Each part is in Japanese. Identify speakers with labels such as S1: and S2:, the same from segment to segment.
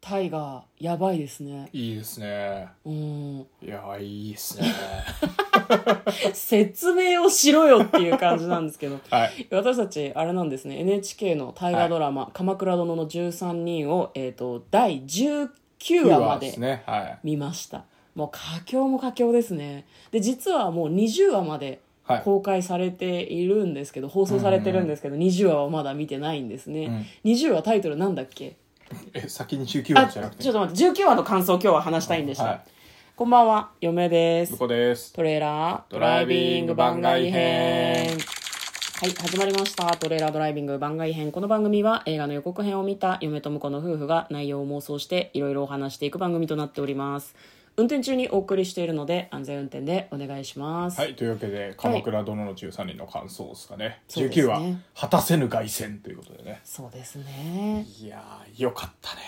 S1: タイがやばいですね
S2: いいですね
S1: うん
S2: いやーいいです ね
S1: 説明をしろよっていう感じなんですけど
S2: はい
S1: 私たちあれなんですね NHK の大河ドラマ「鎌倉殿の13人を」えー、と第19話ま
S2: で
S1: です
S2: ねはい
S1: 見ましたもう佳境も佳境ですねで実はもう20話まで
S2: はい
S1: 公開されているんですけど、放送されてるんですけど、20話はまだ見てないんですね、20話タイトルなんだっけ
S2: え先に19
S1: あ
S2: 話じ
S1: ち
S2: ゃ
S1: ょ
S2: な
S1: っ
S2: くて
S1: と待って19話の感想を今日は話したいんでした、
S2: はい
S1: こんばんは嫁です
S2: 向こうです
S1: トレーラード
S2: ドライビング番外編
S1: はい始まりましたトレーラードライビング番外編この番組は映画の予告編を見た嫁と婿の夫婦が内容を妄想していろいろお話していく番組となっております運転中にお送りしているので安全運転でお願いします、
S2: はいというわけで「鎌倉殿の13人」の感想ですかね、
S1: そうです
S2: 19
S1: ね
S2: 話「果たせぬ凱旋」ということでね
S1: そうですね
S2: いやーよかったね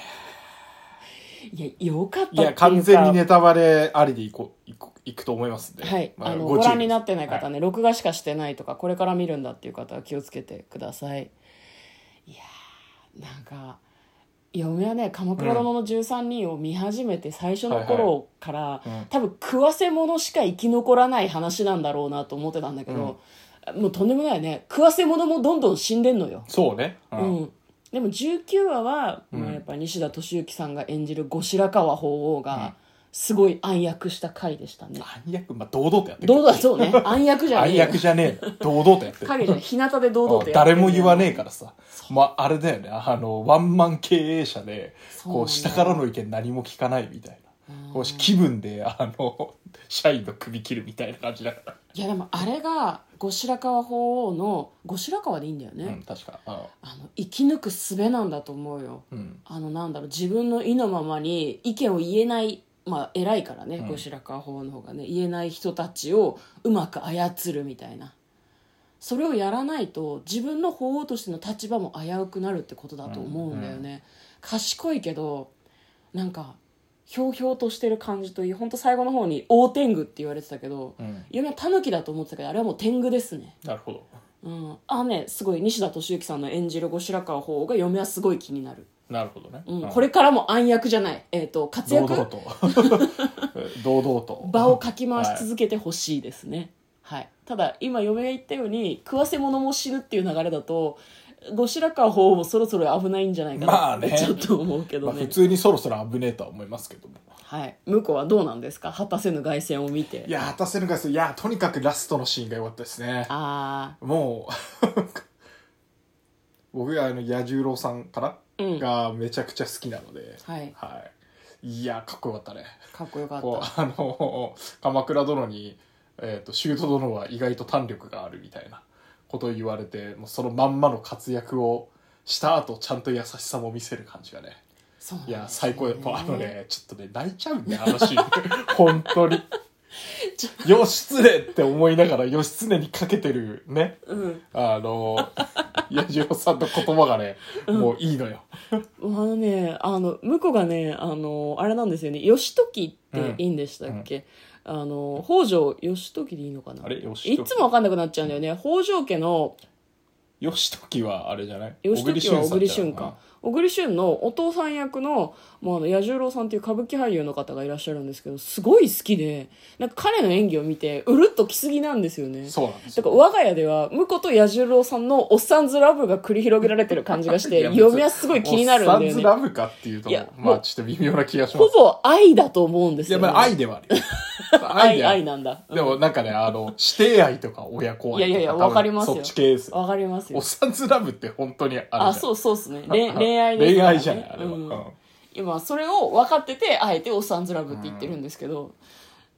S1: いやよかったっていう
S2: い
S1: か
S2: や完全にネタバレありでいこいこいくと思いますんで、
S1: はい、
S2: ま
S1: あの
S2: ご注意
S1: ご覧になってない方
S2: は
S1: ね、録画しかしてないとかこれから見るんだっていう方は気をつけてくださいいやーなんか嫁はね「鎌倉殿の13人」を見始めて最初の頃から、
S2: いうん
S1: 多分食わせ者しか生き残らない話なんだろうなと思ってたんだけど、もうとんでもないね食わせ者もどんどん死んでんのよ
S2: そうね、う
S1: うんん、でも19話は、
S2: うん
S1: まあ、やっぱ西田敏行さんが演じる後白河法皇
S2: うん
S1: がすごい暗躍した回でしたね、
S2: 暗躍まあ堂々とやってる
S1: 堂々そうね 暗躍じゃね
S2: 暗
S1: えよ
S2: 躍じゃねえよ堂々とやってる
S1: 影じゃない日向で堂々とやって
S2: 誰
S1: る
S2: も言わねえからさ、まあ、あれだよねあのワンマン経営者で
S1: そうなん
S2: こう
S1: だ
S2: 下からの意見何も聞かないみたい
S1: うん
S2: なこう気分であの社員の首切るみたいな感じだから、
S1: いやでもあれが後白河法皇の後白河でいいんだよね、
S2: うん、確かう
S1: あの生き抜く術なんだと思うよ
S2: ん、うん
S1: あのなんだろう自分の意のままに意見を言えないまあ偉いからね、
S2: うん
S1: 後白河法皇の方がね言えない人たちをうまく操るみたいなそれをやらないと自分の法皇としての立場も危うくなるってことだと思うんだよね、
S2: うん
S1: 賢いけどなんかひょうひょうとしてる感じといい本当最後の方に「大天狗」って言われてたけど、
S2: うん、
S1: 夢はタヌキだと思ってたけどあれはもう天狗ですね
S2: なるほど
S1: うんあねすごい西田敏行さんの演じる後白河法皇が嫁はすごい気になる
S2: なるほどね、
S1: うん、
S2: うん
S1: これからも暗躍じゃない、えー、と活
S2: 堂
S1: 躍
S2: 々と 堂々と
S1: 場をかき回し続けてほしいですね、はいただ今嫁が言ったように食わせ者も死ぬっていう流れだと後白河法皇もそろそろ危ないんじゃないか
S2: ま
S1: な
S2: あ
S1: って、
S2: ね
S1: ちょっと思うけど
S2: まあ、
S1: ね
S2: 普、通にそろそろ危ねえとは思いますけども
S1: はい、向こうはどうなんですか果たせぬ凱旋を見て
S2: いや果たせぬかいやとにかくラストのシーンが良かったですね
S1: あ
S2: もう僕があの彌十郎さんかな、
S1: うん
S2: がめちゃくちゃ好きなので
S1: あはい
S2: はい、いやかっこよかったね
S1: かっこよか
S2: こ
S1: っ
S2: うあの鎌倉殿に、えー、と修道殿は意外と胆力があるみたいなことを言われてもうそのまんまの活躍をした後ちゃんと優しさも見せる感じがね
S1: たそうなん
S2: い
S1: ですよ
S2: や最高やっぱあのねちょっとね泣いちゃうんだよあのシーン 本当に
S1: ち
S2: 義経って思いながら義経にかけてるね
S1: うん
S2: あの彌十郎さんの言葉がねもういいのよ、
S1: あのね、あの、向こうがね、あの、あれなんですよね、義時っていいんでしたっけ、あの、北条義時でいいのかな
S2: あれ義
S1: い
S2: 時
S1: つもわかんなくなっちゃうんだよね。北条家の、
S2: 義時はあれじゃない
S1: 義時は小栗旬
S2: さんじゃない
S1: か。小栗旬のお父さん役の、まあ、あの、彌十郎さんっていう歌舞伎俳優の方がいらっしゃるんですけど、すごい好きで、なんか彼の演技を見て、うるっと来すぎなんですよね。
S2: そうなんです
S1: だか
S2: よ
S1: ら我が家では、婿と彌十郎さんのおっさんずラブが繰り広げられてる感じがし
S2: い
S1: て、
S2: や別に
S1: 嫁はすごい気になるんだよね。
S2: おっさんずラブかっていうと
S1: いや
S2: ま
S1: も
S2: あ
S1: う
S2: ちょっと微妙な気がしま
S1: ほ
S2: す
S1: ぼ愛だと思うんです
S2: いや
S1: よ、ね。
S2: まあ愛ではあるよ愛
S1: 愛、
S2: ではある
S1: 愛なんだ。うん
S2: でもなんかねあの指定愛とか親子愛とか
S1: いやいやいや
S2: 多分
S1: わかりますよ
S2: そっち系ですよ
S1: わかります
S2: お
S1: よ
S2: っ。さんずラブって本当にあるじゃん
S1: あ、そうそうっす ね。恋
S2: あ
S1: 恋愛です
S2: 恋
S1: からね、
S2: 愛じゃないあれは、
S1: うん
S2: うん
S1: 今、それを分かってて、あえておっさんずラブって言ってるんですけど、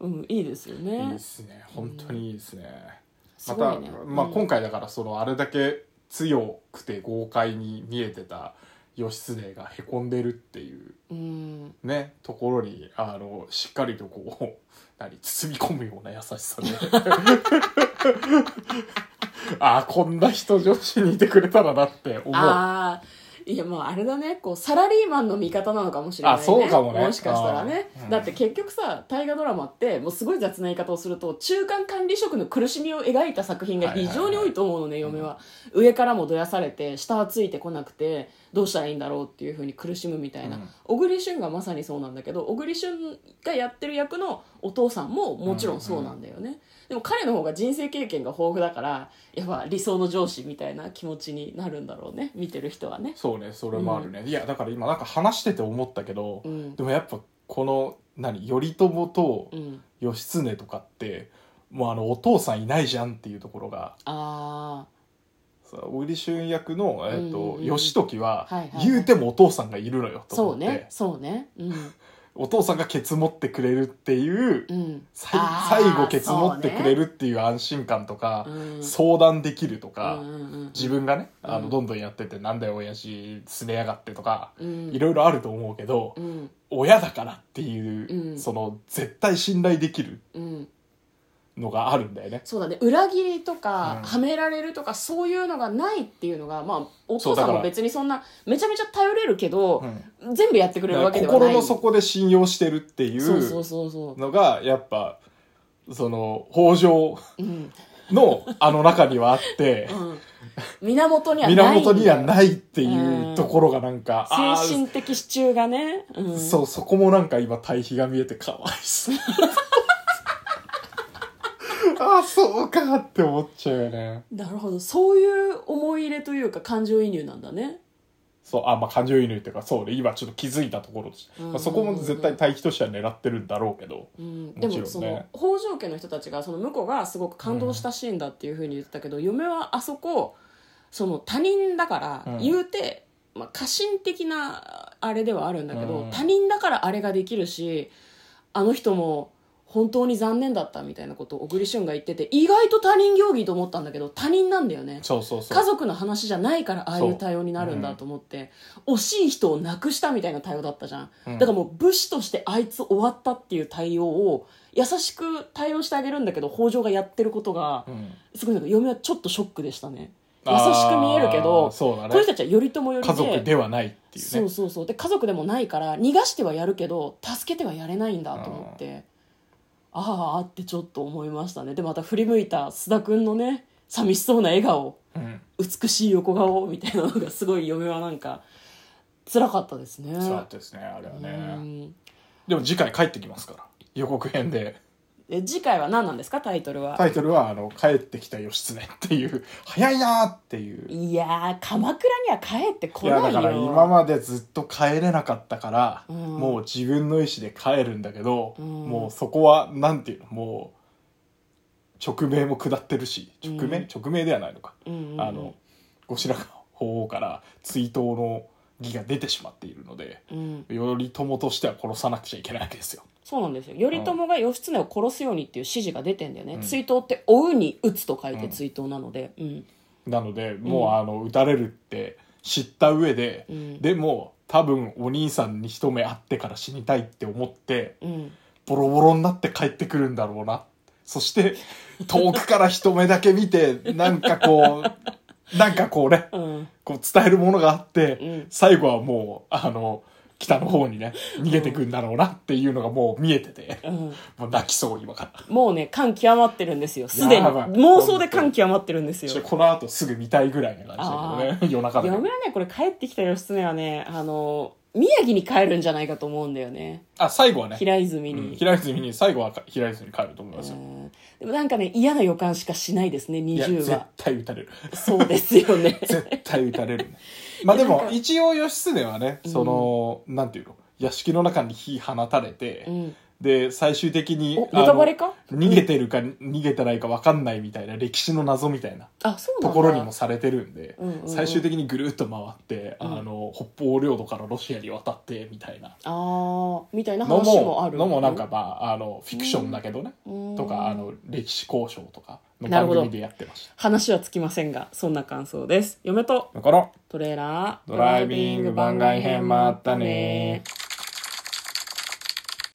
S1: うん、いいですよ
S2: いい
S1: ね
S2: で。すね本当にいいですね、
S1: すご
S2: また、
S1: いね。
S2: まあ、
S1: うん
S2: 今回だからそのあれだけ強くて豪快に見えてた義経がへこんでるっていう
S1: うん。
S2: ねところにあのしっかりとこう何包み込むような優しさで ああこんな人女子にいてくれたらなって思う
S1: ああ、いや、まああれだね、こう、サラリーマンの味方なのかもしれない、ね。
S2: あそうかもね
S1: もしかしたらね
S2: あーう。ん
S1: だって結局さ、大河ドラマって、もうすごい雑な言い方をすると、中間管理職の苦しみを描いた作品が非常に多いと思うのね、
S2: はいはい
S1: 嫁は。上からもどやされて、下はついてこなくて、どうしたらいいんだろうっていうふうに苦しむみたいな、
S2: うん
S1: 小栗旬がまさにそうなんだけど小栗旬がやってる役のお父さんももちろんそうなんだよね、でも彼の方が人生経験が豊富だからやっぱ理想の上司みたいな気持ちになるんだろうね見てる人はね
S2: そうねそれもあるね、いやだから今なんか話してて思ったけど、
S1: うん
S2: でもやっぱこの何頼朝と
S1: うん
S2: 義経とかってもうあのお父さんいないじゃんっていうところが
S1: あ
S2: さ小栗旬役の、えっと
S1: うんうんうん
S2: 義時は、
S1: はいはいはい
S2: 言うてもお父さんがいるのよ
S1: あ
S2: と
S1: そ
S2: 思
S1: う
S2: って、
S1: ねそうねうん
S2: お父さんがケツ持ってくれるっていう、
S1: うん
S2: さい
S1: あー
S2: 最後ケツ持ってくれるっていう安心感とか、
S1: そうねうん
S2: 相談できるとか、
S1: うんうんうん
S2: 自分がねあ
S1: う
S2: の
S1: ん
S2: どんどんやってて、なんだよ親父すねやがってとか、
S1: うん
S2: いろいろあると思うけど、
S1: うん
S2: 親だからっていう、
S1: うん
S2: その絶対信頼できる
S1: うん
S2: のがあるんだよね。
S1: そうだね裏切りとか、
S2: うん
S1: はめられるとかそういうのがないっていうのが、まあ、お父
S2: そうだ
S1: さん
S2: か
S1: も
S2: ら
S1: 別にそんなめちゃめちゃ頼れるけど
S2: う、ん
S1: 全部やってくれるわけではない
S2: 心の底で信用してるってい
S1: そうそう
S2: う
S1: そうそ
S2: のがやっぱその北条
S1: う、うん
S2: のあの中にはあって
S1: うん、源 にはないんだよ
S2: 源にはないっていうところがなんか、あー
S1: 精神的支柱がね、うん、
S2: そうそこもなんか今対比が見えてかわい そうあーそうかって思っちゃうよね
S1: なるほどそういう思い入れというか感情移入なんだね
S2: そうあまあ感情移入っていうかそうね今ちょっと気づいたところとして、まあ、そこも絶対対比としては狙ってるんだろうけど、
S1: うん、
S2: も
S1: で
S2: ちろんね
S1: もその、北条家の人たちがその向こうがすごく感動したシーンだっていうふうに言ってたけど、嫁はあそこその他人だから、
S2: うん
S1: 言うて、まあ、過信的なあれではあるんだけど、
S2: うん
S1: 他人だからあれができるしあの人も本当に残念だったみたいなことを小栗旬が言ってて意外と他人行儀と思ったんだけど他人なんだよね
S2: そうそうそう
S1: 家族の話じゃないからああいう対応になるんだと思って、惜しい人を亡くしたみたいな対応だったじゃん、
S2: うん
S1: だからもう武士としてあいつ終わったっていう対応を優しく対応してあげるんだけど北条がやってることが
S2: うん
S1: すごいなんか嫁はちょっとショックでしたね優
S2: あー
S1: しく見えるけど
S2: そうだね
S1: この人たちは頼朝より
S2: 家族ではないっていうね
S1: そうそうそうで家族でもないから逃がしてはやるけど助けてはやれないんだと思ってああってちょっと思いましたねでまた振り向いた須田君のね寂しそうな笑顔
S2: うん
S1: 美しい横顔みたいなのがすごい嫁はなんか辛かったですね。
S2: そうだったですねあれは
S1: う
S2: ね
S1: ん
S2: でも次回帰ってきますから予告編で
S1: え次回は何なんですかタイトルは、
S2: タイトルはあの「帰ってきた義経」っていう 早いなーっていう
S1: い、やー鎌倉には帰って
S2: い
S1: こな
S2: や
S1: いよ
S2: だから今までずっと帰れなかったから、
S1: うん
S2: もう自分の意思で帰るんだけど、
S1: うん
S2: もうそこはなんていうのもう直命も下ってるし直命、
S1: うん
S2: 直命ではないのか、
S1: うんうんうん
S2: あの後白河法皇から追悼の儀が出てしまっているので
S1: うん、
S2: 頼朝としては殺さなくちゃいけないわけですよ。
S1: そうなんですよ頼朝が義経を殺すようにっていう指示が出てんだよね、
S2: うん
S1: 追悼って「追う」に「打つ」と書いて
S2: うん
S1: 追悼なので、うん
S2: なのでもうあの撃たれるって知った上で、
S1: うん
S2: でも多分お兄さんに一目会ってから死にたいって思って
S1: うん、
S2: ボロボロになって帰ってくるんだろうなそして遠くから一目だけ見てなんかこうなんかこうね
S1: うん
S2: こう伝えるものがあって、
S1: うん
S2: 最後はもうあの北の方にね逃げてくんだろうなっていうのがもう見えて て、
S1: うん
S2: もう泣きそう今から。
S1: もうね感極まってるんですよすでに
S2: やばい
S1: 妄想で感極まってるんですよ
S2: ちょっとこの後すぐ見たいぐらいな感じだけどね夜中
S1: い
S2: で
S1: や
S2: も
S1: 嫁はねこれ帰ってきた義経はねあの宮城に帰るんじゃないかと思うんだよね
S2: あ最後はね
S1: 平泉に、
S2: うん平泉に最後は平泉に帰ると思いますよ、
S1: うんでもなんかね嫌な予感しかしないですね
S2: いや
S1: 20
S2: 絶
S1: は
S2: 対打 たれる
S1: そうですよね
S2: 絶対打たれるねまあで
S1: なん
S2: も
S1: か
S2: 一応義経はねその、なんていうの屋敷の中に火放たれて、
S1: うん
S2: で最終的に
S1: お
S2: あの
S1: ネタバレか
S2: 逃げてるか逃げてないか分かんないみたいな歴史の謎みたいな
S1: あそうなんだ
S2: ところにもされてるんで、
S1: うんうんうん
S2: 最終的にぐるっと回って、あの北方領土からロシアに渡ってみたいな
S1: ああみたいな
S2: の
S1: 話もあ
S2: も
S1: る
S2: のもなんかまああのフィクションだけどね、
S1: うん
S2: とかあの歴史交渉とかの
S1: なる
S2: 番
S1: ほど
S2: 組でやってました
S1: 話はつきませんがそんな感想です嫁と
S2: だから
S1: トレーラー
S2: ドライビング番外編もあったね